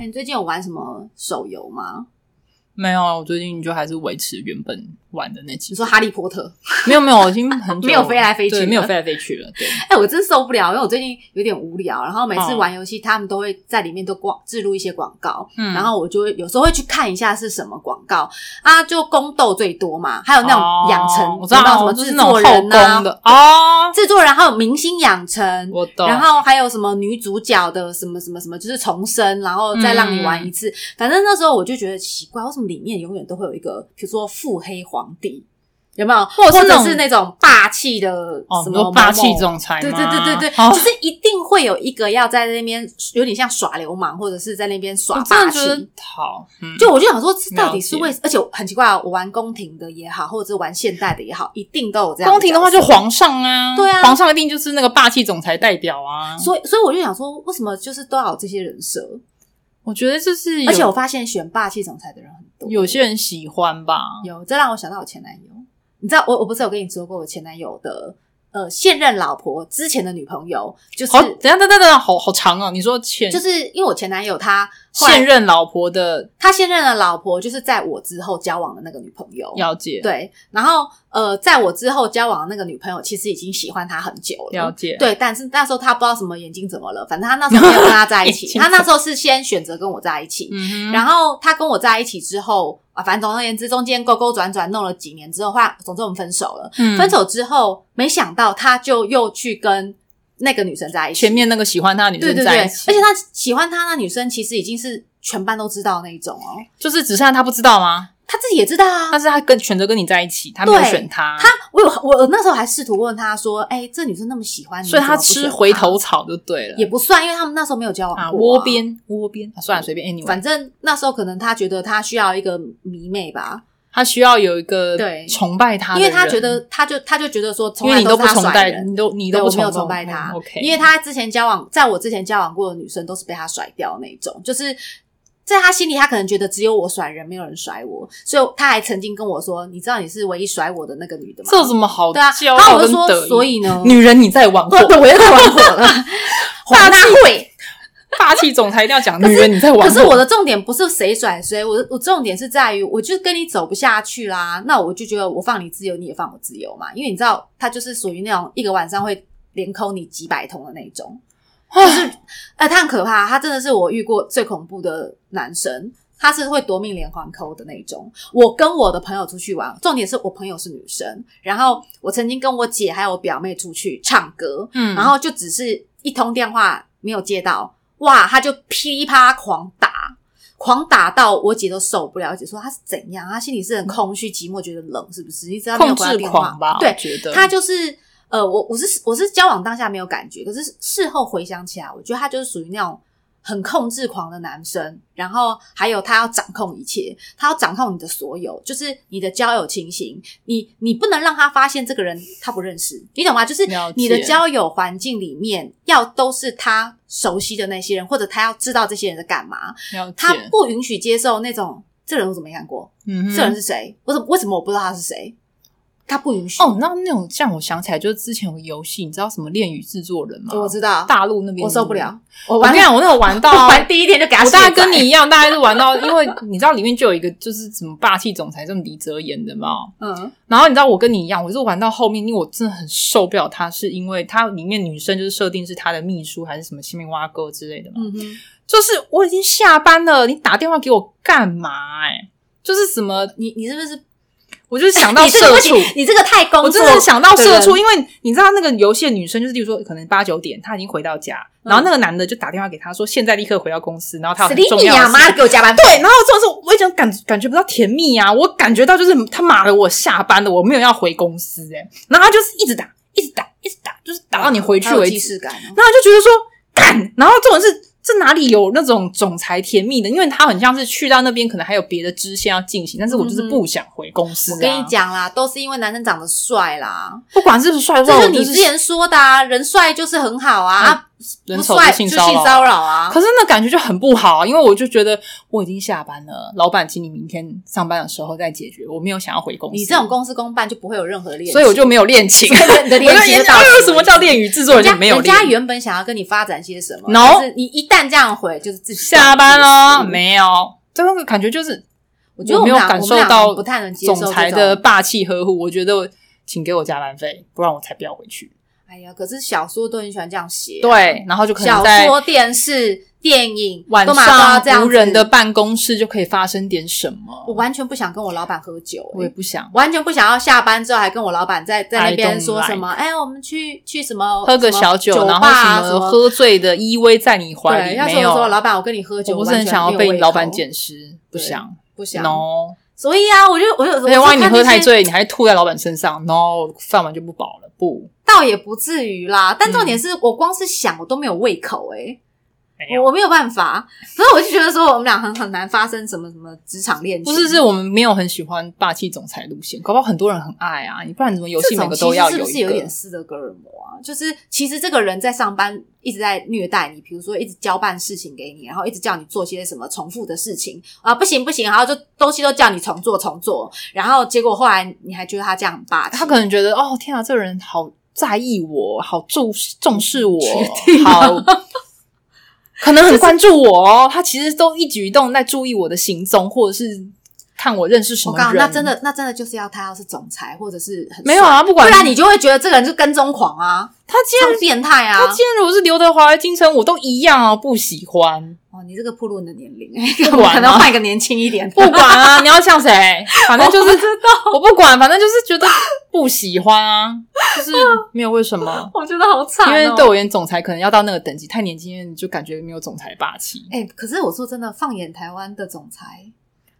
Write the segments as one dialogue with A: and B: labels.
A: 哎最近有玩什么手游吗？
B: 没有啊，我最近就还是维持原本玩的那
A: 你
B: 几，
A: 说《哈利波特》？
B: 没有没有，我已经很久
A: 没有飞来飞去
B: 对
A: 的
B: 没有飞来飞去了，对，
A: 哎、我真受不了，因为我最近有点无聊，然后每次
B: 哦
A: 玩游戏，他们都会在里面都广置入一些广告，
B: 嗯
A: 然后我就会有时候会去看一下是什么广告啊，就宫斗最多嘛，还有那
B: 哦
A: 种养成，
B: 我知道
A: 有没有什么
B: 就是
A: 制
B: 那种
A: 作人
B: 后
A: 啊
B: 宫的哦，
A: 制作人，还有明星养成。
B: 我懂，
A: 然后还有什么女主角的什么什么什么，就是重生，然后再让你玩一次。
B: 嗯
A: 反正那时候我就觉得奇怪，为什么里面永远都会有一个，比如说腹黑皇帝，有没有？
B: 或
A: 或
B: 者是那
A: 者
B: 种
A: 是那种霸气的
B: 哦，
A: 什
B: 你
A: 么
B: 说霸气
A: 某某
B: 总裁吗？
A: 对对对对对，
B: 哦
A: 就是一定会有一个要在那边有点像耍流氓，或者是在那边
B: 我
A: 耍
B: 真
A: 霸
B: 的
A: 气
B: 觉。得好，嗯，
A: 就我就想说，这到底是
B: 了解
A: 为？而且我很奇怪、啊，我玩宫廷的也好，或者是玩现代的也好，一定都有这样。
B: 宫廷的话就，皇上啊，
A: 对啊
B: 皇上一定就是那个霸气总裁代表啊。
A: 所以所以我就想说，为什么就是都要有这些人设？
B: 我觉得就是有，
A: 而且我发现选霸气总裁的人很多，
B: 有些人喜欢吧，
A: 有，这让我想到我前男友。你知道，我我不是有跟你说过，我前男友的呃现任老婆之前的女朋友，就是
B: 好，哦等一下等一下等一下，好好长哦。你说前
A: 就是因为我前男友他后来
B: 现任老婆的
A: 他现任的老婆就是在我之后交往的那个女朋友。
B: 了解，
A: 对，然后呃，在我之后交往的那个女朋友其实已经喜欢他很久
B: 了
A: 了。
B: 解，
A: 对，但是那时候他不知道什么眼睛怎么了，反正他那时候没有跟他在一
B: 眼
A: 起，
B: 睛
A: 他那时候是先选择跟我在一起，
B: 嗯哼，
A: 然后他跟我在一起之后啊，反正总而言之，中间勾勾转转弄了几年之后，后来总之我们分手了。
B: 嗯
A: 分手之后，没想到他就又去跟那个女生在一起，
B: 前面那个喜欢他的女
A: 对
B: 生
A: 对对，
B: 在
A: 而
B: 一起，
A: 且他喜欢他那女生其实已经是全班都知道那一种哦。
B: 就是只剩下他不知道吗？
A: 他自己也知道啊。
B: 但是他跟选择跟你在一起，他没有
A: 对
B: 选他，
A: 他，我有我我那时候还试图问他说：“哎、这女生那么喜欢你，
B: 所以他
A: 你怎么
B: 吃
A: 嗯不选她
B: 回头草就对了，
A: 也不算，因为他们那时候没有交往过、
B: 啊窝。边窝边，啊算了随便，anyway，
A: 反正那时候可能他觉得他需要一个迷妹吧，
B: 他需要有一个
A: 对
B: 崇拜他的
A: 因
B: 人，
A: 为他觉得他就他就觉得说，从
B: 因为
A: 来
B: 你
A: 是
B: 都不
A: 他
B: 崇
A: 甩
B: 拜，
A: 人
B: 你都你
A: 对
B: 都不
A: 我没有
B: 崇
A: 崇拜他
B: ，OK，
A: 因为他之前交往，在我之前交往过的女生都是被他甩掉的那种，就是在他心里，他可能觉得只有我甩人，没有人甩我，所以他还曾经跟我说：“你知道你是唯一甩我的那个女的吗？”
B: 这有什么好
A: 对啊，
B: 骄
A: 然后
B: 傲
A: 我就
B: 跟
A: 说
B: 得意？：“
A: 所以呢，
B: 女人你在玩火，
A: 对，我又在玩火了，
B: 大
A: 大
B: 气
A: 会。
B: 霸气总裁一定要讲
A: 可
B: 女
A: 是
B: 人你在玩
A: 可
B: 火。
A: 是我的重点不是谁甩谁，我的我重点是在于，我就跟你走不下去啦。那我就觉得我放你自由，你也放我自由嘛。因为你知道，他就是属于那种一个晚上会连扣你几百通的那种。就是，呃，他很可怕，他真的是我遇过最恐怖的男生。他是会夺命连环扣的那种。我跟我的朋友出去玩，重点是我朋友是女生。然后我曾经跟我姐还有我表妹出去唱歌，
B: 嗯
A: 然后就只是一通电话没有接到，哇，他就噼里啪啦狂打，狂打到我姐都受不了。我姐说他是怎样？他心里是很空虚、寂寞，觉得冷，是不是？你知道没有回
B: 控
A: 她
B: 制
A: 电话
B: 狂吧，
A: 对
B: 我，觉得
A: 他就是呃，我我是我是交往当下没有感觉，可是事后回想起来，我觉得他就是属于那种很控制狂的男生，然后还有他要掌控一切，他要掌控你的所有，就是你的交友情形，你你不能让他发现这个人他不认识，你懂吗？就是
B: 了解
A: 你的交友环境里面要都是他熟悉的那些人，或者他要知道这些人在干嘛，
B: 了解，
A: 他不允许接受那种这人我怎么没看过，
B: 嗯哼
A: 这人是谁？我怎么为什么我不知道他是谁？他不允许
B: 哦，那那种像我想起来，就是之前有个游戏，你知道什么恋与制作人吗？
A: 我知道，
B: 大陆那边
A: 我受不了，
B: 我
A: 玩
B: 跟你讲，我那种玩到 啊
A: 玩第一天就给他
B: 我
A: 卸载。
B: 大概跟你一样，大概是玩到，因为你知道里面就有一个就是什么霸气总裁，这种李泽言的嘛。
A: 嗯，
B: 然后你知道我跟你一样，我是玩到后面，因为我真的很受不了他，是因为他里面女生就是设定是他的秘书还是什么新面蛙哥之类的嘛。
A: 嗯哼，
B: 就是我已经下班了，你打电话给我干嘛、哎，就是什么，
A: 你你是不是
B: 我就想到
A: 你这个
B: 社
A: 不
B: 畜
A: 行，你这个太工作，
B: 我真的想到社畜，
A: 对
B: 因为你知道那个游戏的女生，就是例如说，可能八九点她已经回到家，
A: 嗯
B: 然后那个男的就打电话给她说，现在立刻回到公司，然后她有
A: 死
B: 很
A: 你
B: 重
A: 你
B: 要
A: 啊，
B: 的事
A: 妈
B: 情。
A: 给我加班费。
B: 对，然后这时候我已经感感觉不到甜蜜啊，我感觉到就是他妈的我下班了，我没有要回公司哎、然后他就是一直打，一直打，一直打，就是打到你回去
A: 好有
B: 为
A: 既
B: 止。
A: 视感哦。
B: 然后就觉得说干，然后这种是这哪里有那种总裁甜蜜的？因为他很像是去到那边可能还有别的支线要进行，但是我就是不想回公司、
A: 嗯
B: 啊
A: 我跟你，讲啦，都是因为男生长得帅啦，
B: 不管是不是帅不
A: 这
B: 帅，
A: 就
B: 我
A: 是你
B: 是
A: 之前说的啊，人帅就是很好啊，
B: 嗯
A: 啊
B: 人
A: 不
B: 手
A: 帅
B: 性
A: 就
B: 骚
A: 性
B: 扰
A: 骚。扰啊
B: 可。是那感觉就很不好，因为我就觉得我已经下班了，老板，请你明天上班的时候再解决，我没有想要回公司。
A: 你这种公事公办就不会有任何恋情，
B: 所以我就没有恋情。
A: 所 以你的
B: 我
A: 恋
B: 就
A: 情
B: 研
A: 就
B: 究
A: 到此为止
B: 哎什么叫恋与制作人
A: 人家
B: 就没有
A: 人
B: 恋
A: 家
B: 与。
A: 原本想要跟你发展些什么
B: No
A: 就是你一旦这样回，就是自己
B: 下班
A: 了。
B: 了没有？这个感觉就是
A: 我觉得
B: 我
A: 我
B: 没
A: 们
B: 有
A: 俩
B: 感
A: 我们
B: 受
A: 俩
B: 到
A: 不太能接受
B: 总
A: 这
B: 裁
A: 种
B: 的霸气呵护。我觉得请给我加班费，不然我才不要回去。
A: 哎呀，可是小说都很喜欢这样写、，啊
B: 对，然后就可能
A: 小
B: 在
A: 说、电视、电影，
B: 晚
A: 都马上要这
B: 上
A: 样
B: 无
A: 子
B: 人的，办公室就可以发生点什么。
A: 我完全不想跟我老板喝酒、
B: 我也
A: 欸
B: 不想
A: 完全不想要下班之后还跟我老板在在那
B: I don't
A: 边说什么？哎、我们去去什么
B: 喝个
A: 哦什么
B: 小酒，
A: 酒吧
B: 然后
A: 啊
B: 什
A: 什
B: 么喝醉的依偎在你怀
A: 对，
B: 里，
A: 要
B: 没
A: 是我
B: 有
A: 说。老板，我跟你喝酒，
B: 我不是很
A: 完全
B: 想要
A: 没有
B: 被
A: 胃
B: 老板
A: 口
B: 捡尸，不
A: 对
B: 想
A: 不想。
B: ，no。
A: 所以啊，我就我有
B: 而且万一你
A: 我
B: 喝太，
A: 就看那些
B: 醉，你还吐在老板身上，no，饭碗就不保了。不，
A: 倒也不至于啦。
B: 嗯
A: 但重点是我光是想我都没有胃口哎、
B: 没
A: 我我没有办法，所以我就觉得说我们俩很很难发生什么什么职场恋情。
B: 不是，是我们没有很喜欢霸气总裁路线，搞不好很多人很爱啊。你不然怎么游
A: 这
B: 戏每
A: 种
B: 个
A: 其
B: 都
A: 实
B: 要
A: 是不是
B: 一个？
A: 有点斯德哥尔摩啊？就是其实这个人在上班一直在虐待你，比如说一直交办事情给你，然后一直叫你做些什么重复的事情啊，不行不行，然后就东西都叫你重做重做，然后结果后来你还觉得他这样很霸气，
B: 他可能觉得哦，天啊，这个人好在意我，好重视重视我
A: 确，
B: 好，可能很关注我哦。他其实都一举一动在注意我的行踪，或者是看我认识什
A: 我
B: 么
A: 告诉
B: 人。
A: 你，那真的那真的就是要他要是总裁或者是很
B: 没有啊，不
A: 帅，
B: 管
A: 不然你就会觉得这个人是跟踪狂啊，
B: 他既
A: 超
B: 然
A: 变态啊
B: 他！既然如果是刘德华、金城武都一样啊，不喜 欢。
A: 哦，你这个暴露你的年 龄，
B: 不
A: 我
B: 管啊
A: 可能换一个年轻一点的，
B: 不管啊，你要像谁，反正就 是
A: 我不知道。。
B: 我不管，反正就是觉得不喜欢啊，就是没有为什么
A: 我觉得 好惨、哦，
B: 因为对我而言，总裁可能要到那个等级，太年轻了，你就感觉没有总裁霸气，
A: 哎、可是我说真的，放眼台湾的总裁，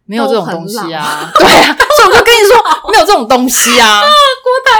B: 没有这种东西啊。 对啊，所以我就跟你说，没有这种东西啊。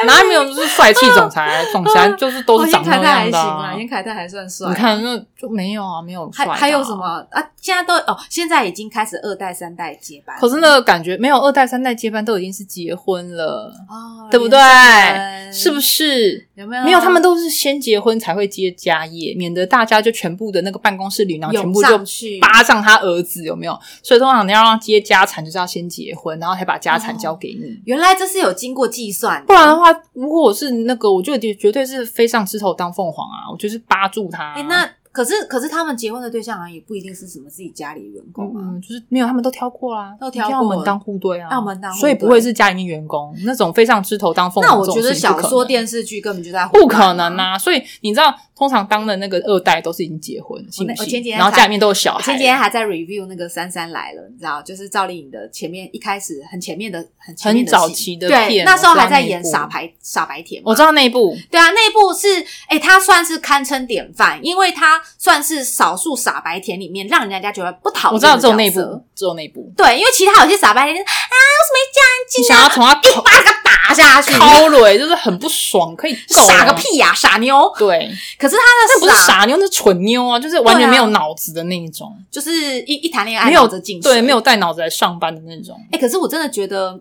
B: 哪有没有就是帅气总裁？总裁就是都
A: 哦
B: 是
A: 严
B: 长
A: 凯
B: 那
A: 泰还行
B: 样的
A: 啦，
B: 啊。
A: 严凯泰还算帅。
B: 你看，那就没有啊，没有
A: 还
B: 帅的啊
A: 还有什？么啊？现在都哦，现在已经开始二代、三代接班了，
B: 可是那个感觉没有二代、三代接班都已经是结婚了，
A: 哦，嗯
B: 对不对
A: 连胜文
B: 是不？是？
A: 有没有
B: 没有，他们都是先结婚才会接家业，免得大家就全部的那个办公室里囊全
A: 涌
B: 部就
A: 上去
B: 扒上他儿子，有没有？所以通常你要让接家产，就是要先结婚，然后才把家产交给你。
A: 原来这是有经过计算的，
B: 不然的话，如果我是那个，我就绝对是飞上枝头当凤凰啊！我就是扒住啊他。
A: 哎、那可是可是他们结婚的对象好像也不一定是什么自己家里的员工啊。
B: 嗯，就是没有，他们都挑过啊啦、
A: 都挑过
B: 一定要门当户对啊，
A: 要门当户对
B: 所以不会是家里面员工那种飞上枝头当凤凰。
A: 那我觉得小说、
B: 店。
A: 电视剧根本就在胡
B: 啊不
A: 乱
B: 可能！啊！所以你知道，通常当的那个二代都是已经结婚，信不
A: 我哦前
B: 信
A: 几？天
B: 然后
A: 才
B: 家里面都有小
A: 我
B: 孩了。
A: 前几天还在 review 那个《珊珊来了》，你知道，就是赵丽颖的前面一开始很前面的很前面的戏
B: 很早期的
A: 对，
B: 片
A: 那时候还在
B: 我
A: 演
B: 知道那一
A: 傻
B: 部
A: 白傻白甜嘛，
B: 我知道那一部，
A: 对啊，那一部是，哎、他算是堪称典范，因为他算是少数傻白甜里面让人家觉得不讨厌。
B: 我知道只有那一部，。只有那一部。
A: 对，因为其他有些傻白甜就是啊，
B: 你
A: 为什
B: 想
A: 么
B: 要从他
A: 一巴掌给他打下去，
B: 敲蕊，就是很不爽，可以够啊
A: 哎傻个！屁呀、傻妞！
B: 对，
A: 可是
B: 那
A: 他
B: 不
A: 的
B: 是
A: 傻，
B: 傻妞，那是蠢妞啊，就是完全
A: 对啊
B: 没有脑子的那一种，
A: 就是一一谈恋爱
B: 没有
A: 脑子进水
B: 对，没有带脑子来上班的那种。
A: 哎、可是我真的觉得，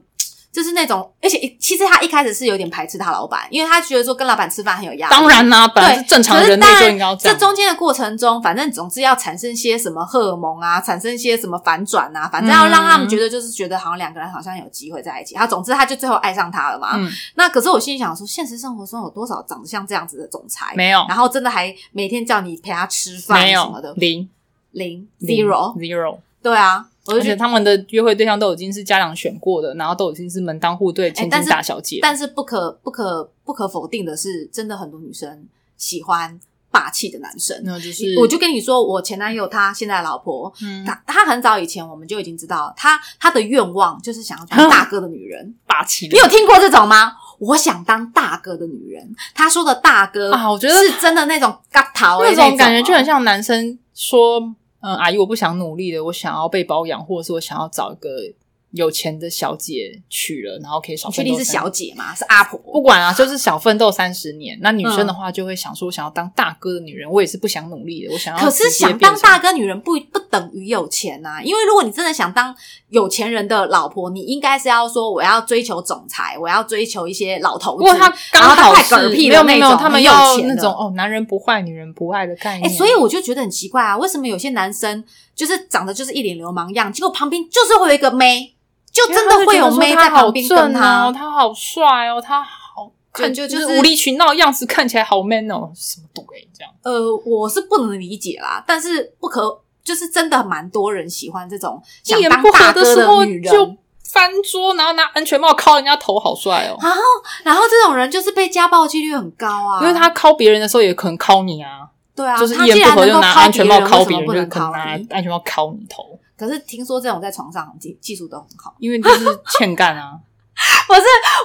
A: 就是那种，而且一其实他一开始是有点排斥他老板，因为他觉得说跟老板吃饭很有压力。
B: 当然啦，本来
A: 啊对，
B: 是正常
A: 可是
B: 人类
A: 当
B: 就
A: 然
B: 应该要
A: 这
B: 样。
A: 中间的过程中，反正总是要产生些什么荷尔蒙啊，产生些什么反转啊，反正要让他
B: 嗯
A: 们觉得就是觉得好像两个人好像有机会在一起。他总之他就最后爱上他了嘛。
B: 嗯，
A: 那可是我心里想说，现实生活中有多少长得像这样子的总裁？
B: 没有，
A: 然后真的还每天叫你陪他吃饭
B: 没
A: 什么
B: 有
A: 的，
B: 零
A: 零
B: 零
A: zero，
B: zero。
A: 对啊，我就
B: 而
A: 觉
B: 且
A: 得，
B: 他们的约会对象都已经是家长选过的，然后都已经是门当户对、千
A: 哎但
B: 金
A: 是
B: 大小姐。
A: 但是不可不可不可否定的是，真的很多女生喜欢霸气的男生。
B: 那就是，
A: 我就跟你说，我前男友他现在的老婆，
B: 嗯
A: 他他很早以前我们就已经知道，他他的愿望就是想要当大哥的女人。
B: 霸气的
A: 你有听过这种吗？我想当大哥的女人。他说的大哥
B: 啊我觉得
A: 是真的那种嘎桃欸
B: 那
A: 种
B: 种感觉就
A: 啊
B: 很像男
A: 呃
B: 生说：“嗯，阿姨，我不想努力了，我想要被包养，或者是我想要找一个有钱的小姐娶了，然后可以少
A: 你确
B: 奋
A: 定
B: 斗
A: 是
B: 三
A: 小姐吗？是阿
B: 不
A: 婆？
B: 管啊，就是少奋斗三十年。那女生的话就会想说，我想要当大哥的女人，我也是不想努力的，我想要
A: 可是
B: 直接
A: 想
B: 变
A: 当
B: 成
A: 大哥女人不不等于有钱呐、因为如果你真的想当有钱人的老婆，你应该是要说我要追求总裁，我要追求一些老头子。
B: 不过他
A: 然
B: 刚
A: 后他
B: 好
A: 快
B: 是
A: 嗝屁
B: 没
A: 了
B: 有没
A: 那
B: 有，
A: 种
B: 他们
A: 很
B: 要
A: 有钱
B: 那
A: 的
B: 种哦，男人不坏，女人不爱的概
A: 哎、
B: 念。
A: 所以我就觉得很奇怪啊，为什么有些男生就是长得就是一脸流氓样，结果旁边就是会有一个妹，就真的会有妹在旁边跟
B: 他，
A: 他。
B: 他好啊帅哦，他好看，
A: 就就
B: 就是无理取闹的样子，看起来好 man 哦，什么鬼这样？
A: 呃，我是不能理解啦，但是不可，就是真的蛮多人喜欢这种想
B: 一言
A: 当
B: 不合
A: 大
B: 的
A: 哥
B: 时候
A: 女人，
B: 就翻桌，然后拿安全帽敲人家头，好帅哦！
A: 然后这种人就是被家暴几率很高啊，
B: 因为他敲别人的时候也可能敲你啊，
A: 对啊，
B: 就是
A: 他
B: 一
A: 既
B: 言
A: 然
B: 不合
A: 能
B: 就
A: 够
B: 拿
A: 敲
B: 安全帽
A: 人
B: 敲
A: 为什
B: 别
A: 么
B: 人，
A: 不
B: 就
A: 能
B: 可能拿
A: 敲
B: 安
A: 你？
B: 全帽敲你 头，
A: 可是听说这种在床上技技术都很 好。
B: 因为就是欠干啊。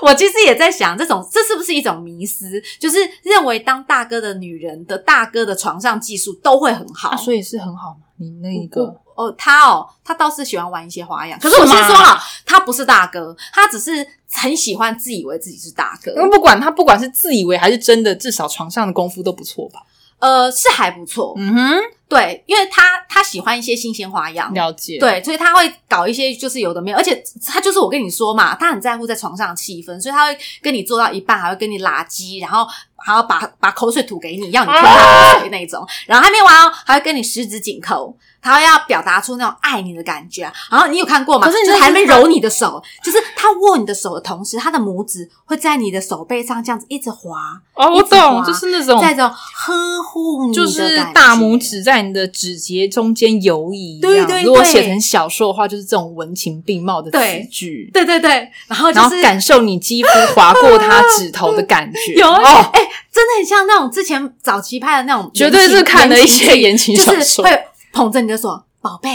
A: 我其实也在想，这种这是不是一种迷思？就是认为当大哥的女人的大哥的床上技术都会很好。
B: 啊，所以是很好嘛，你那一
A: 我
B: 个。
A: 我哦，他哦，他倒是喜欢玩一些花样。可是
B: 是
A: 我先
B: 吗
A: 说好，他不是大哥，他只是很喜欢自以为自己是大哥。
B: 因为不管他不管是自以为还是真的，至少床上的功夫都不错吧。
A: 呃，是还不错，
B: 嗯哼，
A: 对，因为他他喜欢一些新鲜花样。
B: 了解。，
A: 对，所以他会搞一些就是有的没有，而且他就是我跟你说嘛，他很在乎在床上的气氛，所以他会跟你做到一半，还会跟你拉鸡，然后还要把把口水吐给你，要你吞他
B: 啊
A: 口水那种。然后还没完哦，还会跟你十指紧扣，他要表达出那种爱你的感觉、啊。然后你有看过吗？
B: 可是你
A: 就是
B: 那
A: 还
B: 是
A: 没
B: 他
A: 揉你的手，就是他握你的手的同时，他的拇指会在你的手背上这样子一直滑，
B: 哦，我
A: 一直滑
B: 懂，就是那种
A: 在这种呵护你的
B: 就是
A: 感
B: 大
A: 觉
B: 拇。指在你的指节中间游移一样。
A: 对对
B: 如果
A: 对
B: 写成小说的话，就是这种文情并茂的
A: 对
B: 词句，
A: 对对对，然后就
B: 然后
A: 是
B: 感受你肌肤划过 他指头的感觉。
A: 有啊
B: 哦，
A: 真的很像那种之前早期拍的那种言情，
B: 绝对是看了一些言情
A: 言
B: 小
A: 情
B: 说。
A: 剧就是会捧着你的手，宝贝。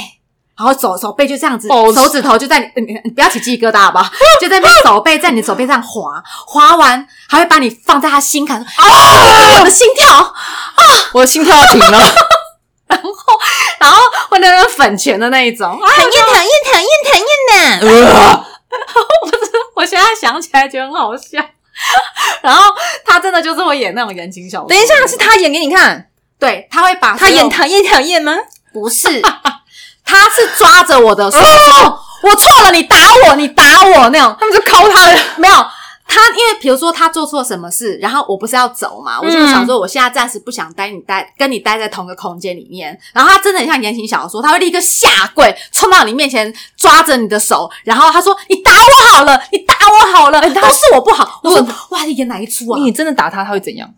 A: 然后手手背就这样子
B: 抱，着
A: 手指头就在你，你你不要起鸡皮疙瘩好不 好？就在那边手背在你的手背上滑，滑完还会把你放在他心坎，说啊，我的心 跳，
B: 我的心跳停 了，
A: 然后会在那边粉拳的那一种。啊，
B: 讨厌讨厌讨厌讨 厌呢。
A: 我现在想起来觉得很好笑。然后他真的就是会演那种言情小说。
B: 等一下，是他演给你看，
A: 对，他会把
B: 他
A: 啊所有
B: 演讨厌讨厌吗？
A: 不是， 他是抓着我的手
B: 哦
A: 说：“我错了，你打我，你打我那种。
B: 他们就敲他的。”
A: 没有他，因为比如说他做错什么事，然后我不是要走嘛，我就
B: 嗯
A: 想说我现在暂时不想待你待跟你待在同个空间里面。然后他真的很像言情小说，他会立刻下跪冲到你面前，抓着你的手，然后他说：“你打我好了，你打我好了，都是我不好。”我说：“哇，你演哪一出啊
B: 哎你真的打他，他会怎样？？”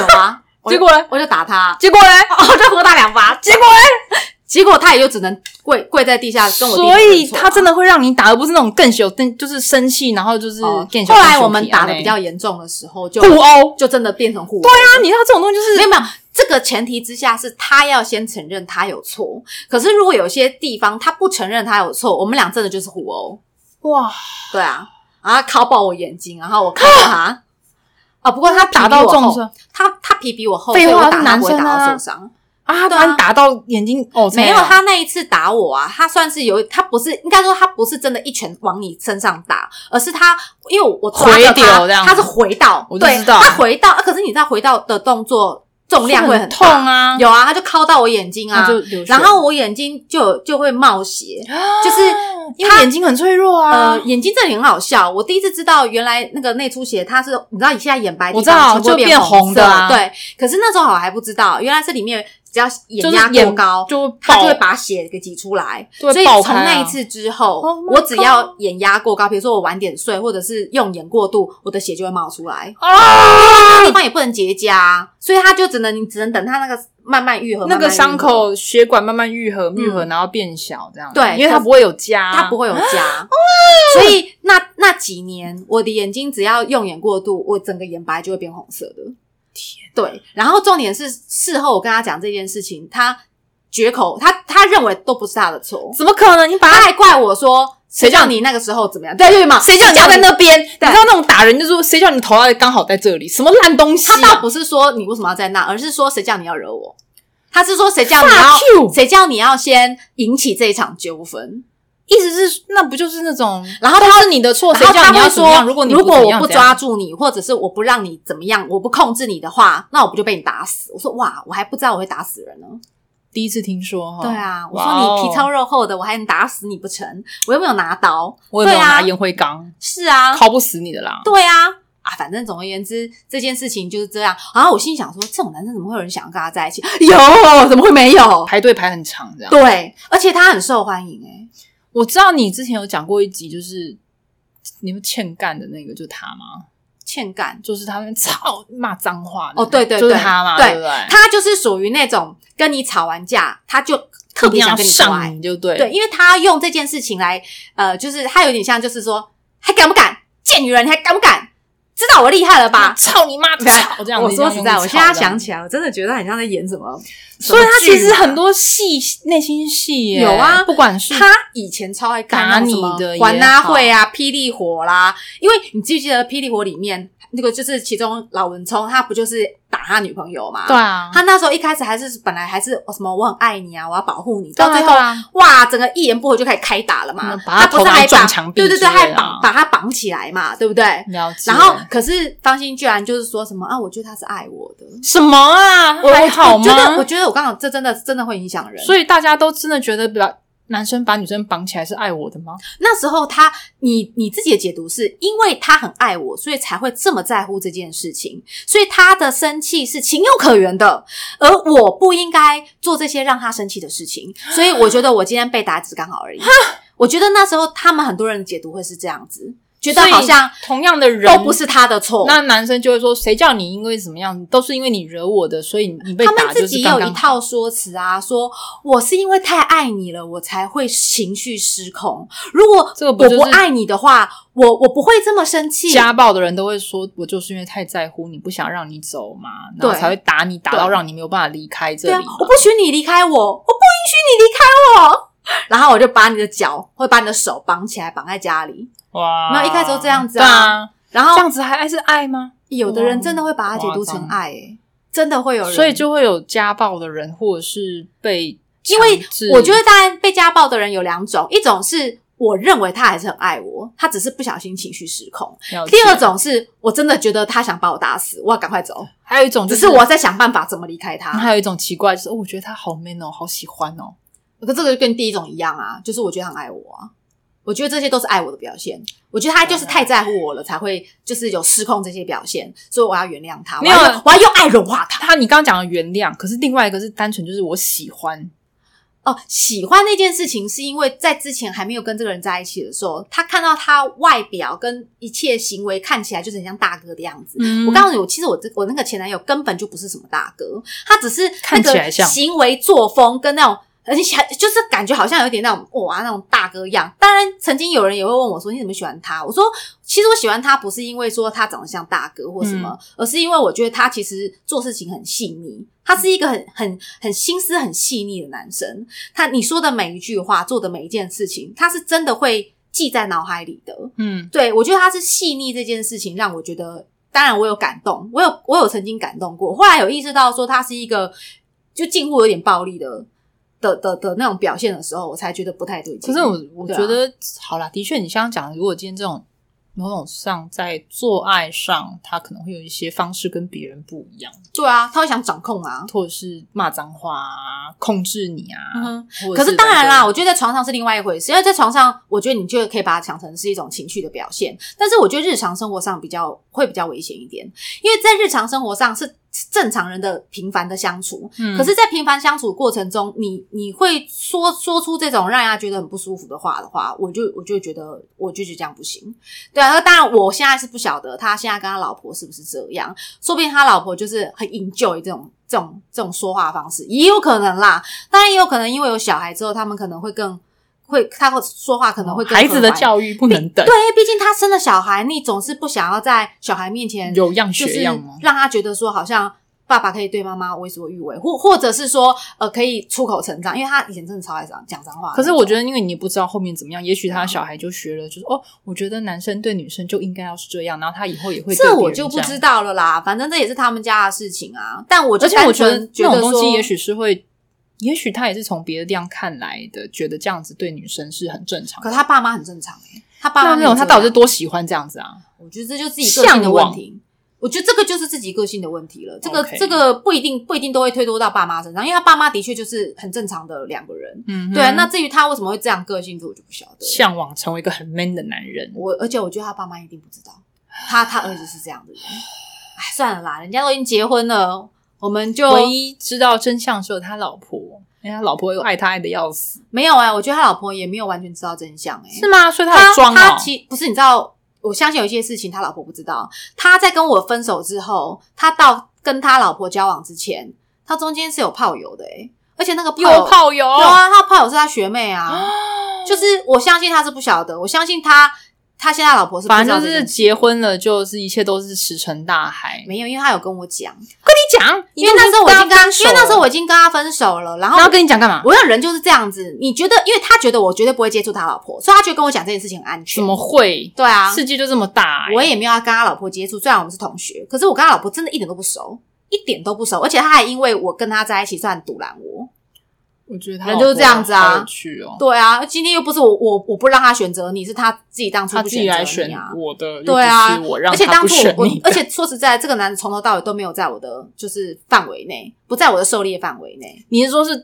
A: 有啊，我就
B: 结果呢
A: 我就打他。
B: 结果嘞，
A: 哦，就呼他两巴，结果呢？结果他也就只能跪跪在地下跟我弟弟
B: 所以
A: 认错
B: 他真的会让你打，而不是那种更羞，更就是生气，然后就是
A: 哦
B: 更羞。
A: 后
B: 更
A: 来
B: 羞
A: 我们
B: 皮啊
A: 打的
B: 那
A: 比较严重的时候，就
B: 互殴。
A: 就真的变成互殴。
B: 对啊，你知道这种东西就是
A: 没有没有，这个前提之下是他要先承认他有错。可是如果有些地方他不承认他有错，我们俩真的就是互殴。
B: 哇，
A: 对啊，然后他敲爆我眼睛，然后我看到他。哦，不过他皮比
B: 打到
A: 我厚
B: 重伤
A: 他他皮比我厚，
B: 废
A: 所以我
B: 话
A: 打
B: 是
A: 他
B: 男
A: 不会
B: 生
A: 打到
B: 啊
A: 受伤。
B: 啊！
A: 对
B: 把
A: 啊
B: 你打到眼睛哦，
A: 没有，
B: 这样
A: 他那一次打我啊，他算是有，他不是应该说他不是真的一拳往你身上打，而是他因为我我抓着
B: 回丢这
A: 他，
B: 样
A: 他是回到，
B: 我就
A: 对，
B: 知道
A: 他回到、啊可是你知道回到的动作重量会
B: 很
A: 大
B: 痛，啊，
A: 有啊，他就敲到我眼睛
B: 那
A: 啊
B: 就，啊流血
A: 然后我眼睛就有就会冒血，就是
B: 因为眼睛很脆弱啊
A: 呃，。眼睛这里很好笑，我第一次知道原来那个内出血，它是你知道你现在眼白地
B: 我知
A: 方
B: 道
A: 全部会
B: 就变
A: 变
B: 红的
A: 色
B: 啊
A: 对，可是那时候我还不知道，原来这里面只要
B: 就
A: 眼
B: 是
A: 压
B: 眼
A: 过高，
B: 就会
A: 它就
B: 爆
A: 会把血给挤出来。
B: 就会
A: 所以
B: 爆
A: 从
B: 开啊
A: 那一次之后
B: Oh my
A: 我只要眼压过高，比如说我晚点睡，或者是用眼过度，我的血就会冒出来。
B: 啊
A: 那地方也不能结痂啊，所以它就只能你只能等它那个慢慢愈合，
B: 那
A: 慢
B: 个
A: 慢愈合
B: 伤口血管慢慢愈合，愈合然后变小，这样
A: 对
B: 因为嗯它
A: 可是
B: 不会有痂，
A: 它不会有 痂，
B: 哦
A: 所以那那几年我的眼睛只要用眼过度，我整个眼白就会变红色的。天，对。然后重点是事后我跟他讲这件事情，他绝口，他他认为都不是他的错，
B: 怎么可能？你把
A: 他
B: 它
A: 还怪我说谁叫你那个时候怎么样？对对嘛，
B: 哎谁叫你要在那边？你知
A: 对
B: 道那种打人就是说谁叫你头要刚好在这里？什么烂东西
A: 他
B: 啊？
A: 倒不是说你为什么要在那，而是说谁叫你要惹我。他是说谁叫你
B: Fuck you
A: 要谁叫你要先引起这一场纠纷，
B: 意思是那不就是那种，
A: 然后
B: 都
A: 他
B: 是你的错，
A: 然
B: 谁
A: 后
B: 叫
A: 他
B: 你要
A: 会
B: 怎么
A: 说
B: 样？，如果你
A: 如
B: 不
A: 果
B: 怎
A: 我
B: 样
A: 不
B: 怎样
A: 抓住你，或者是我不让你怎么样，我不控制你的话，那我不就被你打死？我说哇，我还不知道我会打死人呢。
B: 第一次听说哈，
A: 对，啊，我
B: 哇
A: 说
B: 哦
A: 你皮糙肉厚的，我还能打死你不成？我又没有拿刀，
B: 我也没有
A: 对啊
B: 拿烟灰缸，
A: 是啊，
B: 烤不死你的啦。
A: 对啊，啊，反正总而言之，这件事情就是这样。然后我心里想说，这种男生怎么会有人想要跟他在一起？有，怎么会没有？
B: 排队排很长，这样。
A: 对，而且他很受欢迎、欸，
B: 我知道你之前有讲过一集，就是你们欠干的那个，就他吗？
A: 欠干。
B: 就是他们操骂脏话的
A: 哦对对
B: 就是
A: 对
B: 他嘛，
A: 对
B: 不对？
A: 他就是属于那种跟你吵完架，他就特别想跟你做
B: 上
A: 爱。
B: 瘾，就对。
A: 对，，因为他用这件事情来，呃，就是他有点像，就是说，还敢不敢？贱女人，你还敢不敢？知道我厉害了吧？
B: 操你妈！操这样
A: 我
B: 子。
A: 说实在，我现在想
B: 来，
A: 起来，我真的觉得很像在演什么。
B: 所以他其
A: 什么剧
B: 实
A: 啊
B: 很多戏，内心戏耶
A: 有啊
B: 不管是
A: 他以前超爱看那种什么
B: 打你的也好
A: 环拉会啊、霹雳火啦，因为你记不记得霹雳火里面那个就是其中老文聪他不就是打他女朋友嘛？
B: 对。啊，
A: 他那时候一开始还是本来还是哦什么我很爱你啊，我要保护你，
B: 对
A: 到
B: 啊
A: 最后、
B: 对啊
A: 哇，整个一言不合就开始开打了嘛
B: 嗯。把他
A: 不是还
B: 头拿
A: 把
B: 撞墙壁
A: 对对对，
B: 之类
A: 还
B: 的啊
A: 绑把他绑起来嘛，对不对？
B: 了解。
A: 然后可是方心居然就是说什么啊，我觉得他是爱我的，
B: 什么啊？
A: 我
B: 还好
A: 我觉得我
B: 吗？
A: 觉得我刚好这真的真的会影响人，
B: 所以大家都真的觉得把男生把女生绑起来是爱我的吗？
A: 那时候他，你你自己的解读是因为他很爱我，所以才会这么在乎这件事情，所以他的生气是情有可原的，而我不应该做这些让他生气的事情，所以我觉得我今天被打只是刚好而已。我觉得那时候他们很多人的解读会是这样子，觉得
B: 所以
A: 好像
B: 同样的人
A: 都不是他的错，
B: 那男生就会说，谁叫你因为怎么样，都是因为你惹我的，所以你被
A: 他
B: 打
A: 们
B: 就
A: 自
B: 是
A: 己
B: 刚
A: 有
B: 刚
A: 一
B: 好。
A: 套说辞啊，说我是因为太爱你了，我才会情绪失控。如果
B: 这个不
A: 我
B: 就是
A: 不爱你的话，我我不会这么生气。
B: 家暴的人都会说，我就是因为太在乎你，不想让你走嘛，然后
A: 对
B: 才会打你，打
A: 对
B: 到让你没有办法离开这
A: 对啊
B: 里嘛。，
A: 我不许你离开我，我不允许你离开我。然后我就把你的脚，会把你的手绑起来，绑在家里。
B: 哇，
A: 没有一开始都这样子啊
B: 对啊，
A: 然
B: 这
A: 后
B: 样子还爱是爱吗？
A: 有的人真的会把它解读成爱、欸，真的会有人。
B: 所以就会有家暴的人，或者是被
A: 因为
B: 强制
A: 我觉得，当然被家暴的人有两种，一种是我认为他还是很爱我，他只是不小心情绪失控。
B: 了解
A: 第二，种是我真的觉得他想把我打死，我要赶快走，
B: 还有一种就嗯
A: 只是我在想办法怎么离开他。
B: 还有一种奇怪，就是哦我觉得他好 man 哦，好喜欢哦。
A: 可这个就跟第一种一样啊，就是我觉得他很爱我啊，我觉得这些都是爱我的表现。我觉得他就是太在乎我了，才会就是有失控这些表现，所以我要原谅他，
B: 没有啊
A: 我要用我要用爱融化他。
B: 他你刚刚讲的原谅，可是另外一个是单纯就是我喜欢，
A: 哦，喜欢那件事情是因为在之前还没有跟这个人在一起的时候，他看到他外表跟一切行为看起来就是很像大哥的样子，
B: 嗯
A: 我告诉你，我其实我这我那个前男友根本就不是什么大哥，他只是那
B: 看起来
A: 个
B: 像
A: 行为作风跟那种，而且还就是感觉好像有点那种哇那种大哥样。当然，曾经有人也会问我说你怎么喜欢他？我说其实我喜欢他不是因为说他长得像大哥或什么，
B: 嗯
A: 而是因为我觉得他其实做事情很细腻。他是一个很很很心思很细腻的男生，他你说的每一句话，做的每一件事情，他是真的会记在脑海里的。
B: 嗯，
A: 对，我觉得他是细腻这件事情让我觉得，当然我有感动，我有我有曾经感动过，后来有意识到说他是一个就近乎有点暴力的的的的那种表现的时候，我才觉得不太对劲。
B: 可是我我
A: 对啊
B: 觉得、好啦，的确你像讲，如果今天这种某种上在做爱上，他可能会有一些方式跟别人不一样，
A: 对啊，他会想掌控啊。
B: 或者是骂脏话啊，控制你啊。
A: 嗯哼
B: 或者
A: 可是当然
B: 那
A: 啦，
B: 个
A: 我觉得在床上是另外一回事，因为在床上，我觉得你就可以把它想成是一种情绪的表现。但是我觉得日常生活上比较会比较危险一点，因为在日常生活上是是正常人的平凡的相处，
B: 嗯
A: 可是，在平凡相处过程中，你你会说说出这种让人家觉得很不舒服的话的话，我就我就觉得我就觉得这样不行。对啊，那当然，我现在是不晓得他现在跟他老婆是不是这样，说不定他老婆就是很 enjoy 这种这种这种说话方式，也有可能啦。当然，也有可能因为有小孩之后，他们可能会更会，他会说话可能会更
B: 哦孩子的
A: 和缓
B: 教育不能等，
A: 对，因为毕竟他生了小孩，你总是不想要在小孩面前
B: 有样
A: 就
B: 学
A: 是
B: 样吗？
A: 让他觉得说好像爸爸可以对妈妈为所欲为，或或者是说呃可以出口成章，因为他以前真的超爱讲讲脏话的那种。
B: 可是我觉得，因为你也不知道后面怎么样，也许
A: 啊
B: 他小孩就学了，就是哦，我觉得男生对女生就应该要是这样，然后他以后也会对
A: 这
B: 别
A: 我
B: 人
A: 就不
B: 样
A: 知道了啦，反正这也是他们家的事情啊。但我就
B: 而且我
A: 单
B: 觉得
A: 纯觉
B: 那
A: 得
B: 种东
A: 说
B: 西也许是会也许他也是从别的地方看来的，觉得这样子对女生是很正常的。
A: 可他爸妈很正常、欸，他爸
B: 那
A: 妈
B: 那
A: 没有
B: 种
A: 这
B: 啊他到底是
A: 样
B: 多喜欢这样子啊？
A: 我觉得这就是自己个性的
B: 向
A: 问
B: 往
A: 题。我觉得这个就是自己个性的问题了，这个
B: OK
A: 这个不一定不一定都会推脱到爸妈身上，因为他爸妈的确就是很正常的两个人。
B: 嗯
A: 对啊，那至于他为什么会这样个性，这我就不晓得。
B: 向往成为一个很 man 的男人，
A: 我而且我觉得他爸妈一定不知道，他他儿子是这样的人。哎，算了啦，人家都已经结婚了，我们就
B: 唯一知道真相只有他老婆，因为他老婆又爱他爱的要死，
A: 没有哎、我觉得他老婆也没有完全知道真相哎、
B: 是吗？所以
A: 他
B: 有装
A: 他
B: 哦。
A: 其不是你知道，我相信有一些事情他老婆不知道。他在跟我分手之后，他到跟他老婆交往之前，他中间是有炮友的、欸，而且那个炮友
B: 有炮友，哦
A: 有啊，他炮友是他学妹 啊，就是我相信他是不晓得，我相信他他现在老婆是不
B: 反
A: 知道
B: 正
A: 这
B: 就是
A: 件事
B: 结婚了，就是一切都是石沉大海。
A: 没有，因为他有跟我讲，
B: 你讲，
A: 因为那时候我已经跟他，
B: 分手
A: 因为那时候我已经跟他分手了，然后
B: 然后跟你讲干嘛？
A: 我想人就是这样子，你觉得，因为他觉得我绝对不会接触他老婆，所以他觉得跟我讲这件事情很安全。
B: 怎么会？
A: 对啊，
B: 世界就这么大、欸，
A: 我也没有要跟他老婆接触，虽然我们是同学，可是我跟他老婆真的一点都不熟，一点都不熟，而且他还因为我跟他在一起，算堵拦我。
B: 我觉得
A: 人就是这样子啊
B: 好有趣哦，
A: 对啊，今天又不是我我我不让他选择你，是他自己当初
B: 他
A: 不
B: 自己来选
A: 你啊。
B: 我的，
A: 对啊
B: 又不是我让呃
A: 而且
B: 他
A: 当
B: 不
A: 初
B: 选
A: 我
B: 你，
A: 而且说实在，这个男的从头到尾都没有在我的就是范围内，不在我的狩猎范围内。
B: 你是说是，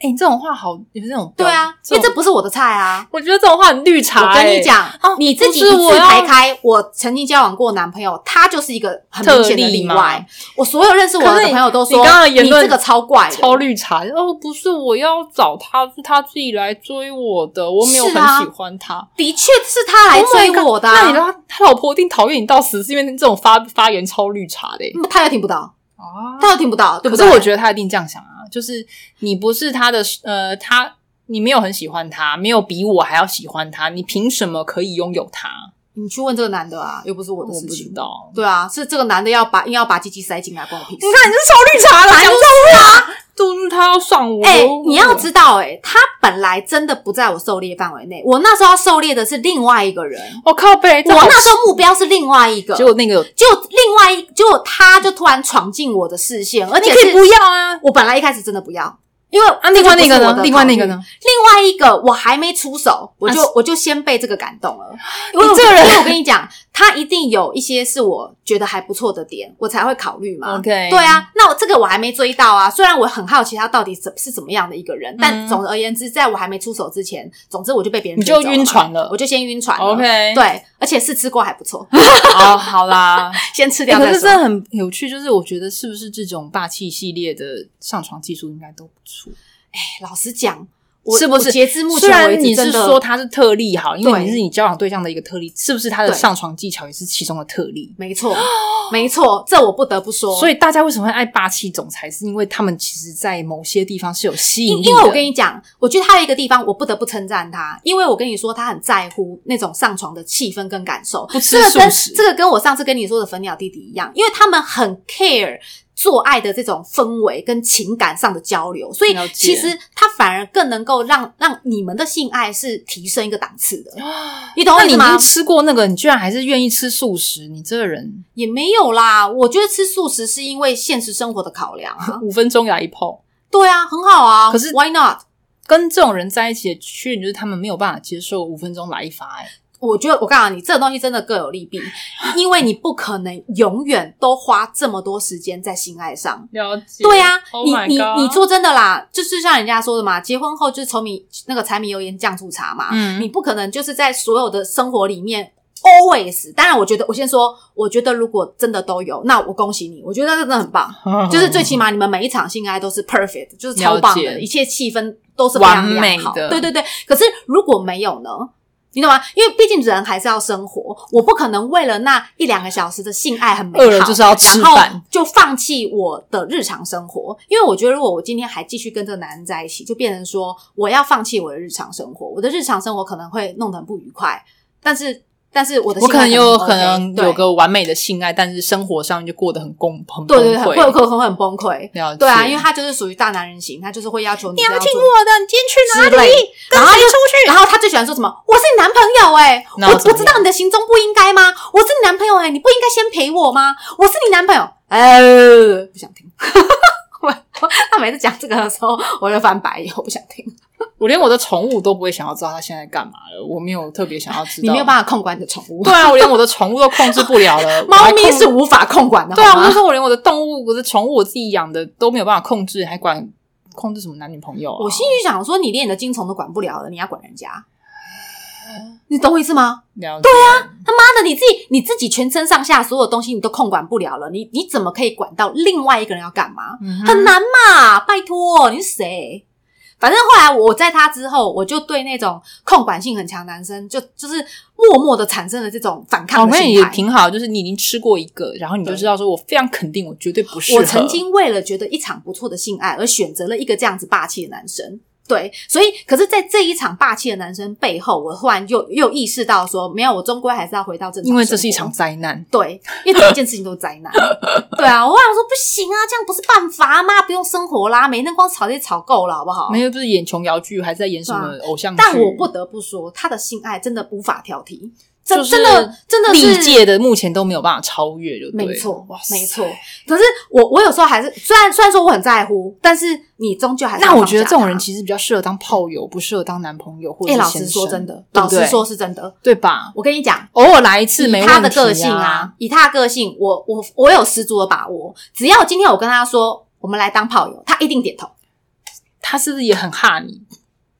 B: 哎、你这种话好，你这种
A: 对啊，因为这
B: 种
A: 不是我的菜啊。
B: 我觉得这种话很绿茶、
A: 我跟
B: 欸
A: 你，讲，
B: 哦
A: 你自己
B: 不
A: 一
B: 是我
A: 字
B: 要
A: 排开。我曾经交往过男朋友，他就是一个很明显的
B: 特例
A: 例
B: 嘛
A: 外。我所有认识我
B: 可
A: 的
B: 是你
A: 朋友都说，
B: 你刚刚的言论
A: 这个超怪的，
B: 超绿茶哦，不是我要找他，是他自己来追我的，我没有很
A: 是啊
B: 喜欢他。
A: 的确是他来
B: Oh my
A: 追我的、啊
B: 那你他他老婆一定讨厌你到死，是因为这种发发言超绿茶的、欸。
A: 嗯他又听不到，
B: 啊
A: 他又听不到，对
B: 可
A: 不
B: 是
A: 对？
B: 我觉得他一定这样想啊，就是你不是他的，呃，他你没有很喜欢他，没有比我还要喜欢他，你凭什么可以拥有他？
A: 你去问这个男的啊，又不是我
B: 我
A: 的事
B: 不知
A: 情。
B: 道。
A: 对啊，是这个男的要把硬要把鸡鸡塞进来，关我屁事
B: 你。看，你是超绿茶了，讲出啊，就是他要上我。
A: 哎、你要知道、哎，他本来真的不在我狩猎范围内，我那时候要狩猎的是另外一个人，
B: 我哦靠背，这
A: 我
B: 好
A: 那时候目标是另外一个，
B: 结果那个有，
A: 就另外一，结果他就突然闯进我的视线，而
B: 你
A: 且
B: 可以
A: 是
B: 不要啊。
A: 我本来一开始真的不要，因为
B: 啊，另外
A: 这
B: 那个
A: 就不是我
B: 呢？
A: 的
B: 另外那个
A: 考虑
B: 呢？
A: 另外一个我还没出手，我就、
B: 啊
A: 我就先被这个感动了。因
B: 你
A: 为我
B: 这个人
A: 因为我跟你讲，他一定有一些是我觉得还不错的点，我才会考虑嘛。
B: OK
A: 对啊，那我这个我还没追到啊。虽然我很好奇他到底怎是怎么样的一个人，但
B: 嗯
A: 总而言之，在我还没出手之前，总之我就被别人
B: 你
A: 追走
B: 就
A: 了嘛
B: 晕，船了
A: 我。就先晕船了。
B: OK，，
A: 对，而且试吃过还不错，
B: 好，好 啦。
A: 先吃
B: 欸
A: 掉
B: 可
A: 再
B: 是
A: 说。
B: 真的很有趣，就是我觉得是不是这种霸气系列的上床技术应该都不错。
A: 老实讲，我
B: 是不是
A: 我截至目
B: 虽
A: 前
B: 然
A: 为止，
B: 你是
A: 真的
B: 说他是特例好，因为
A: 对
B: 你是你交往对象的一个特例，是不是他的
A: 对
B: 上床技巧也是其中的特例？
A: 没错，没错，这我不得不说。
B: 所以大家为什么会爱霸气总裁，是因为他们其实在某些地方是有吸引
A: 因
B: 力的。
A: 因为我跟你讲，我觉得他有一个地方我不得不称赞他，因为我跟你说他很在乎那种上床的气氛跟感受，
B: 不吃
A: 这个
B: 素
A: 跟
B: 食
A: 这个跟我上次跟你说的粉鸟弟弟一样，因为他们很 care 做爱的这种氛围跟情感上的交流，所以
B: 了解
A: 其实他反而更能够让让你们的性爱是提升一个档次的，你懂我
B: 啊那你
A: 意
B: 已
A: 思吗
B: 经？吃过那个，你居然还是愿意吃素食，你这 个人，
A: 也没有啦，我觉得吃素食是因为现实生活的考量 啊
B: 五分钟来一炮，
A: 对啊，很好啊，
B: 可是
A: why not？
B: 跟这种人在一起的缺点就是他们没有办法接受五分钟来一发、哎，
A: 我觉得我告诉你，这个东西真的各有利弊， 因为你不可能永远都花这么多时间在性爱上。
B: 了解
A: 对呀、
B: Oh
A: 你你你说真的啦，就是像人家说的嘛，结婚后就是柴米那个柴米油盐酱醋茶嘛，
B: 嗯
A: 你不可能就是在所有的生活里面 always。当然，我觉得我先说，我觉得如果真的都有，那我恭喜你，我觉得真的很棒，
B: 哦
A: 就是最起码你们每一场性爱都是 perfect，就是超棒
B: 了解
A: 的，一切气氛都是非常良好
B: 完美的
A: 对对对，可是如果没有呢？你懂吗？因为毕竟人还是要生活，我不可能为了那一两个小时的性爱很美好，
B: 饿了就是要吃
A: 然后
B: 饭，
A: 就放弃我的日常生活，因为我觉得如果我今天还继续跟这个男人在一起，就变成说我要放弃我的日常生活，我的日常生活可能会弄得很不愉快，但是但是我的
B: 我
A: 性
B: 可
A: 爱
B: 能有
A: OK，
B: 可能
A: 对
B: 有个完美的性爱，但是生活上就过得很崩很
A: 对
B: 崩
A: 对对，会
B: 溃。
A: 有可能会很崩溃。
B: 了解
A: 对啊，因为他就是属于大男人型，他就是会要求你
B: 你要
A: 这样
B: 听
A: 做
B: 我的，你今天去
A: 之
B: 哪
A: 类
B: 里
A: 的？
B: 跟
A: 然后
B: 谁
A: 就
B: 出去？
A: 然后他最喜欢说什么？我是你男朋友哎、
B: 那
A: 我
B: 又
A: 我
B: 怎么
A: 知
B: 样
A: 道你的行踪不应该吗？我是你男朋友哎、你不应该先陪我吗？我是你男朋友，呃，不想听。 他每次讲这个的时候，我就翻白眼，我不想听。
B: 我连我的宠物都不会想要知道它现在干嘛了，我没有特别想要知道。
A: 你没有办法控管你的宠物
B: 对，啊，我连我的宠物都控制不了 了。我
A: 猫
B: 还
A: 咪
B: 控
A: 是无法控管的，
B: 对啊，
A: 好
B: 我
A: 吗
B: 就说我连我的动物、我的宠物、我自己养的都没有办法控制，还管控制什么男女朋友、啊？
A: 我心里想说，你连你的金虫都管不了了，你要管人家，你懂我意思吗？
B: 了对啊，
A: 妈的，你自己你自己全身上下所有东西你都控管不了了，你你怎么可以管到另外一个人要干嘛？
B: 嗯
A: 很
B: 哼
A: 难嘛，拜托，你是谁？反正后来我在他之后，我就对那种控管性很强的男生，就就是默默的产生了这种反
B: 哦
A: 抗的
B: 那
A: 心
B: 也
A: 态。
B: 挺好，就是你已经吃过一个，然后你就
A: 对
B: 知道说，我非常肯定，我绝对不适合。
A: 我曾经为了觉得一场不错的性爱而选择了一个这样子霸气的男生。对，所以可是，在这一场霸气的男生背后，我忽然又又意识到说，没有，我终归还是要回到正常。
B: 因为这是一场，灾难，
A: 对，因为整件事情都是 灾难。对啊，我想说不行啊，这样不是办法吗？不用生活啦，每天光吵这些吵够了，好不好？啊
B: 没有不是演琼瑶剧，还在演什么偶像剧？
A: 但我不得不说，他的性爱真的无法挑剔，真、
B: 就是
A: 真的真的
B: 历
A: 是
B: 届的目前都没有办法超越，就对了
A: 没错
B: 哇，塞
A: 没错。可是我我有时候还是，虽然虽然说我很在乎，但是你终究还是
B: 那
A: 要
B: 我
A: 放
B: 觉得
A: 下
B: 这种
A: 他
B: 人其实比较适合当炮友，不适合当男朋友或者
A: 哎、
B: 是
A: 老
B: 先
A: 实说
B: 生
A: 真的，
B: 对
A: 老
B: 不对
A: 实说是真的。
B: 对吧？
A: 我跟你讲，
B: 偶尔来一次
A: 以
B: 没问题、
A: 他的个性，啊，以他的个性，我我我有十足的把握。只要今天我跟他说我们来当炮友，他一定点头。
B: 他是不是也很怕你？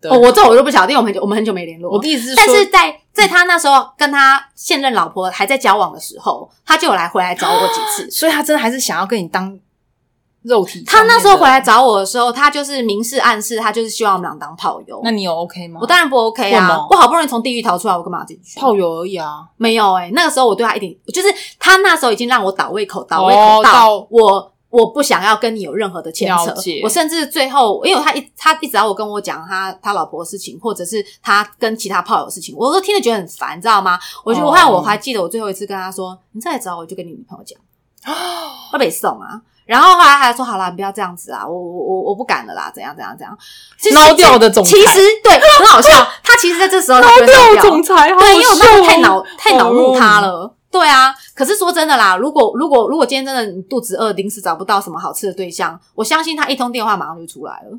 B: 对
A: 哦，我这我就不晓得，因为我们很久我们很久没联络。
B: 我的意思是
A: 但
B: 说，。
A: 是在在他那时候跟他现任老婆还在交往的时候，他就有来回来找我几次
B: 所以他真的还是想要跟你当肉体。
A: 他那时候回，来找我的时候，他就是明示暗示，他就是希望我们俩当炮友。
B: 那你有 OK 吗？
A: 我当然不 OK
B: 为什
A: 啊
B: 么！
A: 我好不容易从地狱逃出来，我干嘛进去？
B: 炮友而已啊，
A: 没有哎、那个时候我对他一点，就是他那时候已经让我倒胃口，倒胃
B: 哦
A: 口
B: 到
A: 我我不想要跟你有任何的牵扯
B: 了解。
A: 我甚至最后，因为他一他一直要我跟我讲他他老婆的事情，或者是他跟其他炮友的事情，我都听着觉得很烦，你知道吗？我就
B: 哦
A: 我还我还记得我最后一次跟他说，你再来找我就跟你女朋 友讲，我被送啊。然后后来他还说好啦，你不要这样子啊，我我我我不敢了啦，怎样怎样怎样。其实
B: No 掉的总裁
A: 其实对很好笑，他其实在这 时候他就会 no
B: 炮
A: 掉
B: 总裁，好好
A: 对，因为我那时
B: 笑
A: 候
B: 哦
A: 太恼太恼怒他了。对啊，可是说真的啦，如果如果如果今天真的你肚子饿，临时找不到什么好吃的对象，我相信他一通电话马上就出来了。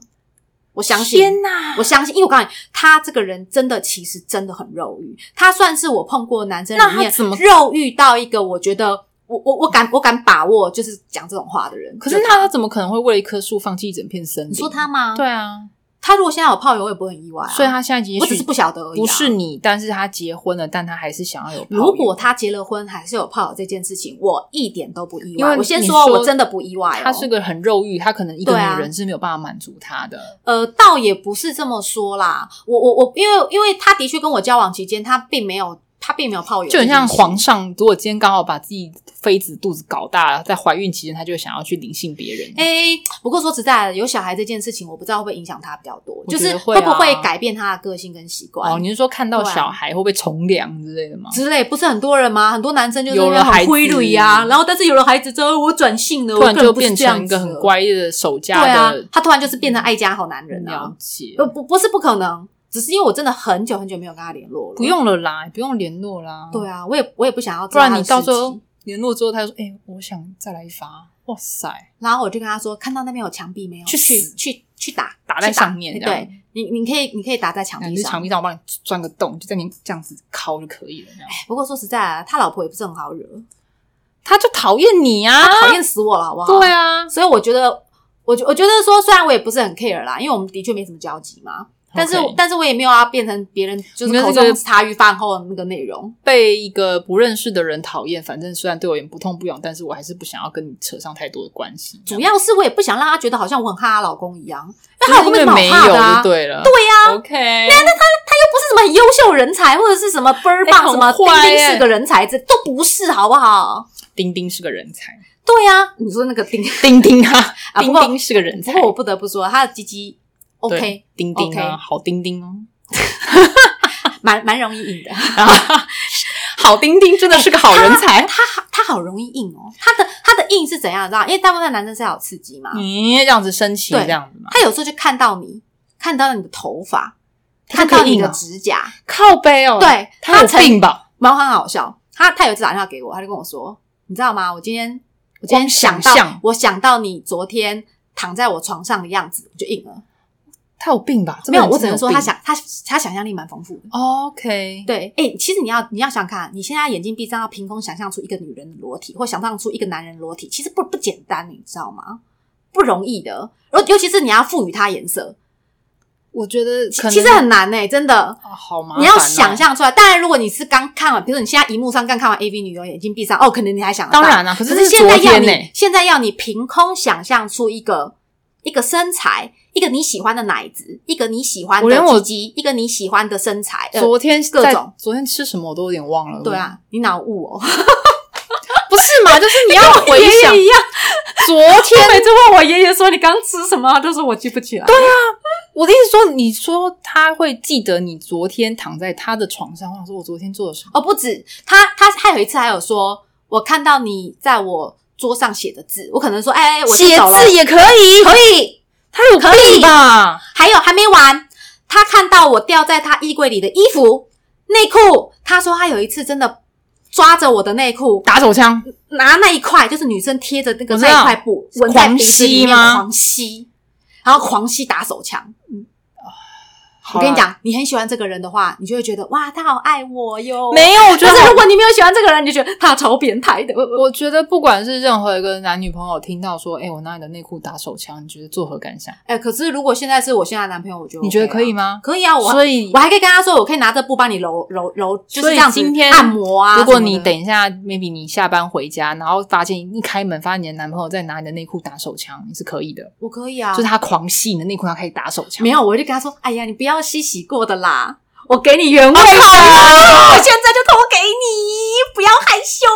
A: 我相信，
B: 天哪！
A: 我相信，因为我告诉你，他这个人真的其实真的很肉欲，他算是我碰过的男生
B: 那
A: 里
B: 他
A: 面
B: 怎么
A: 肉欲到一个我觉得我我我敢我敢把握，就是讲这种话的人。
B: 可是
A: 就
B: 那他怎么可能会为了一棵树放弃一整片森林？
A: 你说他吗？，
B: 对啊，
A: 他如果现在有炮友，我也不会很意外啊。
B: 所以他现在也
A: 我
B: 许
A: 只是不晓得而已啊
B: 不是你，但是他结婚了，但他还是想要有炮友。
A: 如果他结了婚还是有炮友这件事情，我一点都不意
B: 因
A: 外。
B: 为
A: 我先
B: 你
A: 说，
B: 说
A: 我真的不意外、哦。
B: 他是个很肉欲，他可能一个
A: 对啊
B: 女人是没有办法满足他的。
A: 呃，倒也不是这么说啦。我我我，因为因为他的确跟我交往期间，他并没有他并没有炮友
B: 就
A: 这件
B: 很
A: 事，
B: 像皇上，如果今天刚好把自己妃子肚子搞大，在怀孕期间，他就想要去灵性别人。
A: 哎、不过说实在的，有小孩这件事情，我不知道会不会影响他比较多，
B: 我
A: 就
B: 觉
A: 是
B: 得会
A: 会不会
B: 啊
A: 改变他的个性跟习惯、
B: 哦，你是说看到
A: 对啊
B: 小孩会不会从良之类的吗？
A: 之类，不是很多人吗？很多男生就是
B: 有了
A: 那种
B: 孩
A: 很灰
B: 子
A: 绿呀，然后但是有了孩子之后，我转性了，
B: 突然
A: 我根本
B: 就
A: 不是
B: 变
A: 这样
B: 成一个
A: 子
B: 很
A: 了
B: 乖的守家
A: 对啊
B: 的，
A: 他突然就是变成爱家好男人啊
B: 嗯了。解。
A: 不不不是不可能，只是因为我真的很久很久没有跟他联络了。
B: 不，用了啦，不用联络啦。
A: 对，啊，我也我也不想要知
B: 不
A: 道他
B: 然
A: 的
B: 你
A: 事
B: 到时候
A: 情，
B: 联络之后，他就说：“哎、我想再来一发。”哇塞，
A: 然后我就跟他说，看到那边有墙壁没有？
B: 去
A: 去
B: 死
A: 去去打，
B: 打在
A: 去
B: 上面这样
A: 对，你你可以你可以打在墙
B: 感
A: 壁
B: 觉
A: 上。
B: 墙壁上我帮你钻个洞，就在你这样子敲就可以了。这样
A: 不过说实在啊，他老婆也不是很好
B: 啊
A: 惹，
B: 他就讨厌你啊，
A: 讨厌死我了，好不好？
B: 对啊，
A: 所以我觉得，我觉我觉得说，虽然我也不是很 care 啦，因为我们的确没什么交集嘛。但是
B: OK
A: 但是我也没有要变成别人就
B: 你
A: 是
B: 跟
A: 口
B: 这个
A: 中茶余饭后的那个内容。
B: 被一个不认识的人讨厌，反正虽然对我有点不痛不痒，但是我还是不想要跟你扯上太多的关系。
A: 主要是我也不想让她觉得好像我很怕她老公一样，因为她老
B: 就是
A: 公
B: 因
A: 为
B: 为
A: 什么
B: 没
A: 好
B: 有
A: 怕的啊
B: 就？对了，对呀、OK，
A: 不是什么很优秀人才，或者是什么倍儿棒、
B: 哎
A: 什么
B: 很
A: 钉
B: 坏
A: 钉
B: 哎
A: 是个人才，这都不是，好不好？
B: 丁丁是个人才，
A: 对呀、 你说那个钉，
B: 丁丁啊，
A: 啊不
B: 丁
A: 过
B: 丁是个人
A: 不
B: 才
A: 过我不得不说，他的鸡鸡 OK，
B: 对丁丁啊
A: OK
B: 好丁丁哦，
A: 蛮蛮容易硬的。
B: 好丁丁真的是个好人才。
A: 他好，他好容易硬哦。他的他的硬是怎样？你知道？因为大部分男生是要有刺激嘛，
B: 你这样子升旗
A: 对
B: 这样子嘛？
A: 他有时候就看到你，看到你的头发，
B: 他
A: 看
B: 就可
A: 到
B: 以
A: 你
B: 硬
A: 的
B: 啊
A: 指甲，
B: 靠背哦，
A: 对
B: 他
A: 他
B: 有
A: 曾
B: 病吧？
A: 蛮很好笑。他他有一次打电话给我，他就跟我说：“你知道吗？我今天我今天
B: 光
A: 想
B: 想
A: 到
B: 象
A: 我想到你昨天躺在我床上的样子，我就硬了。
B: 他有病吧？这
A: 没有，
B: 本人
A: 我
B: 是
A: 只能说
B: 病
A: 他想他他想象力蛮丰富的。
B: OK，
A: 对，哎、其实你要你要想看，啊你现在眼睛闭上，要凭空想象出一个女人的裸体，或想象出一个男人裸体，其实不不简单，你知道吗？不容易的，尤尤其是你要赋予它颜色，
B: 我觉得
A: 其
B: 可能
A: 其实很难呢、真的。
B: 哦好麻烦哦。
A: 你要想象出来，当然，如果你是刚看完，比如说你现在荧幕上刚看完 AV 女优，眼睛闭上，哦，可能你还想得到
B: 当然啊，可
A: 可
B: 是
A: 是
B: 这是
A: 现在
B: 昨
A: 要
B: 天
A: 你、
B: 呢、
A: 现在要你凭空想象出一个一个身材，一个你喜欢的奶子，一个你喜欢
B: 我连
A: 的
B: 我
A: 鸡鸡，一个你喜欢的身材。呃
B: 昨天
A: 各
B: 在
A: 种
B: 昨天吃什么我都有点忘了。
A: 对，啊，你脑雾哦，
B: 不是嘛？就是你 要回想
A: 一样。
B: 昨天
A: 我每次问我爷爷说你刚吃什么，他都说我记不起来。对，
B: 我的意思说，你说他会记得你昨天躺在他的床上，我想说我昨天做了什么？
A: 哦不止他，他还有一次还有说，我看到你在我桌上写的字，我可能说，哎、我
B: 写
A: 走了
B: 字也可以，
A: 可以。
B: 他有
A: 可以
B: 病吧？
A: 还有还没完，他看到我掉在他衣柜里的衣服、内裤，他说他有一次真的抓着我的内裤，
B: 打手枪，
A: 拿那一块就是女生贴着那个
B: 我知
A: 那
B: 道
A: 一块布纹在鼻子里
B: 狂吸
A: 面
B: 吗
A: 狂吸，然后狂吸打手枪。我
B: 好啦
A: 跟你，讲，你很喜欢这个人的话，你就会觉得哇，他好爱我哟。
B: 没有，我觉
A: 但
B: 得
A: 是
B: 好
A: 如果你没有喜欢这个人，你就觉得他超变态的。
B: 我觉得不管是任何一个男女朋友听到说，哎、我拿你的内裤打手枪，你觉得作何感想？
A: 哎、可是如果现在是我现在的男朋友，我觉得、
B: 你觉得可以？吗？
A: 可以啊，我
B: 所以
A: 我，还可以跟他说，我可以拿着布帮你揉揉揉，就是
B: 所以
A: 这样子
B: 今天
A: 按摩啊什么的。
B: 如果你等一下，maybe 你下班回家，然后发现一开门发现你的男朋友在拿你的内裤打手枪，你是可以的，
A: 我可以啊，
B: 就是他狂吸你的内裤，他开始打手枪。
A: 没有，我就跟他说：“哎呀，你不要洗洗过的啦，我给你原味吧，
B: 好
A: 我现在就偷给你，不要害羞。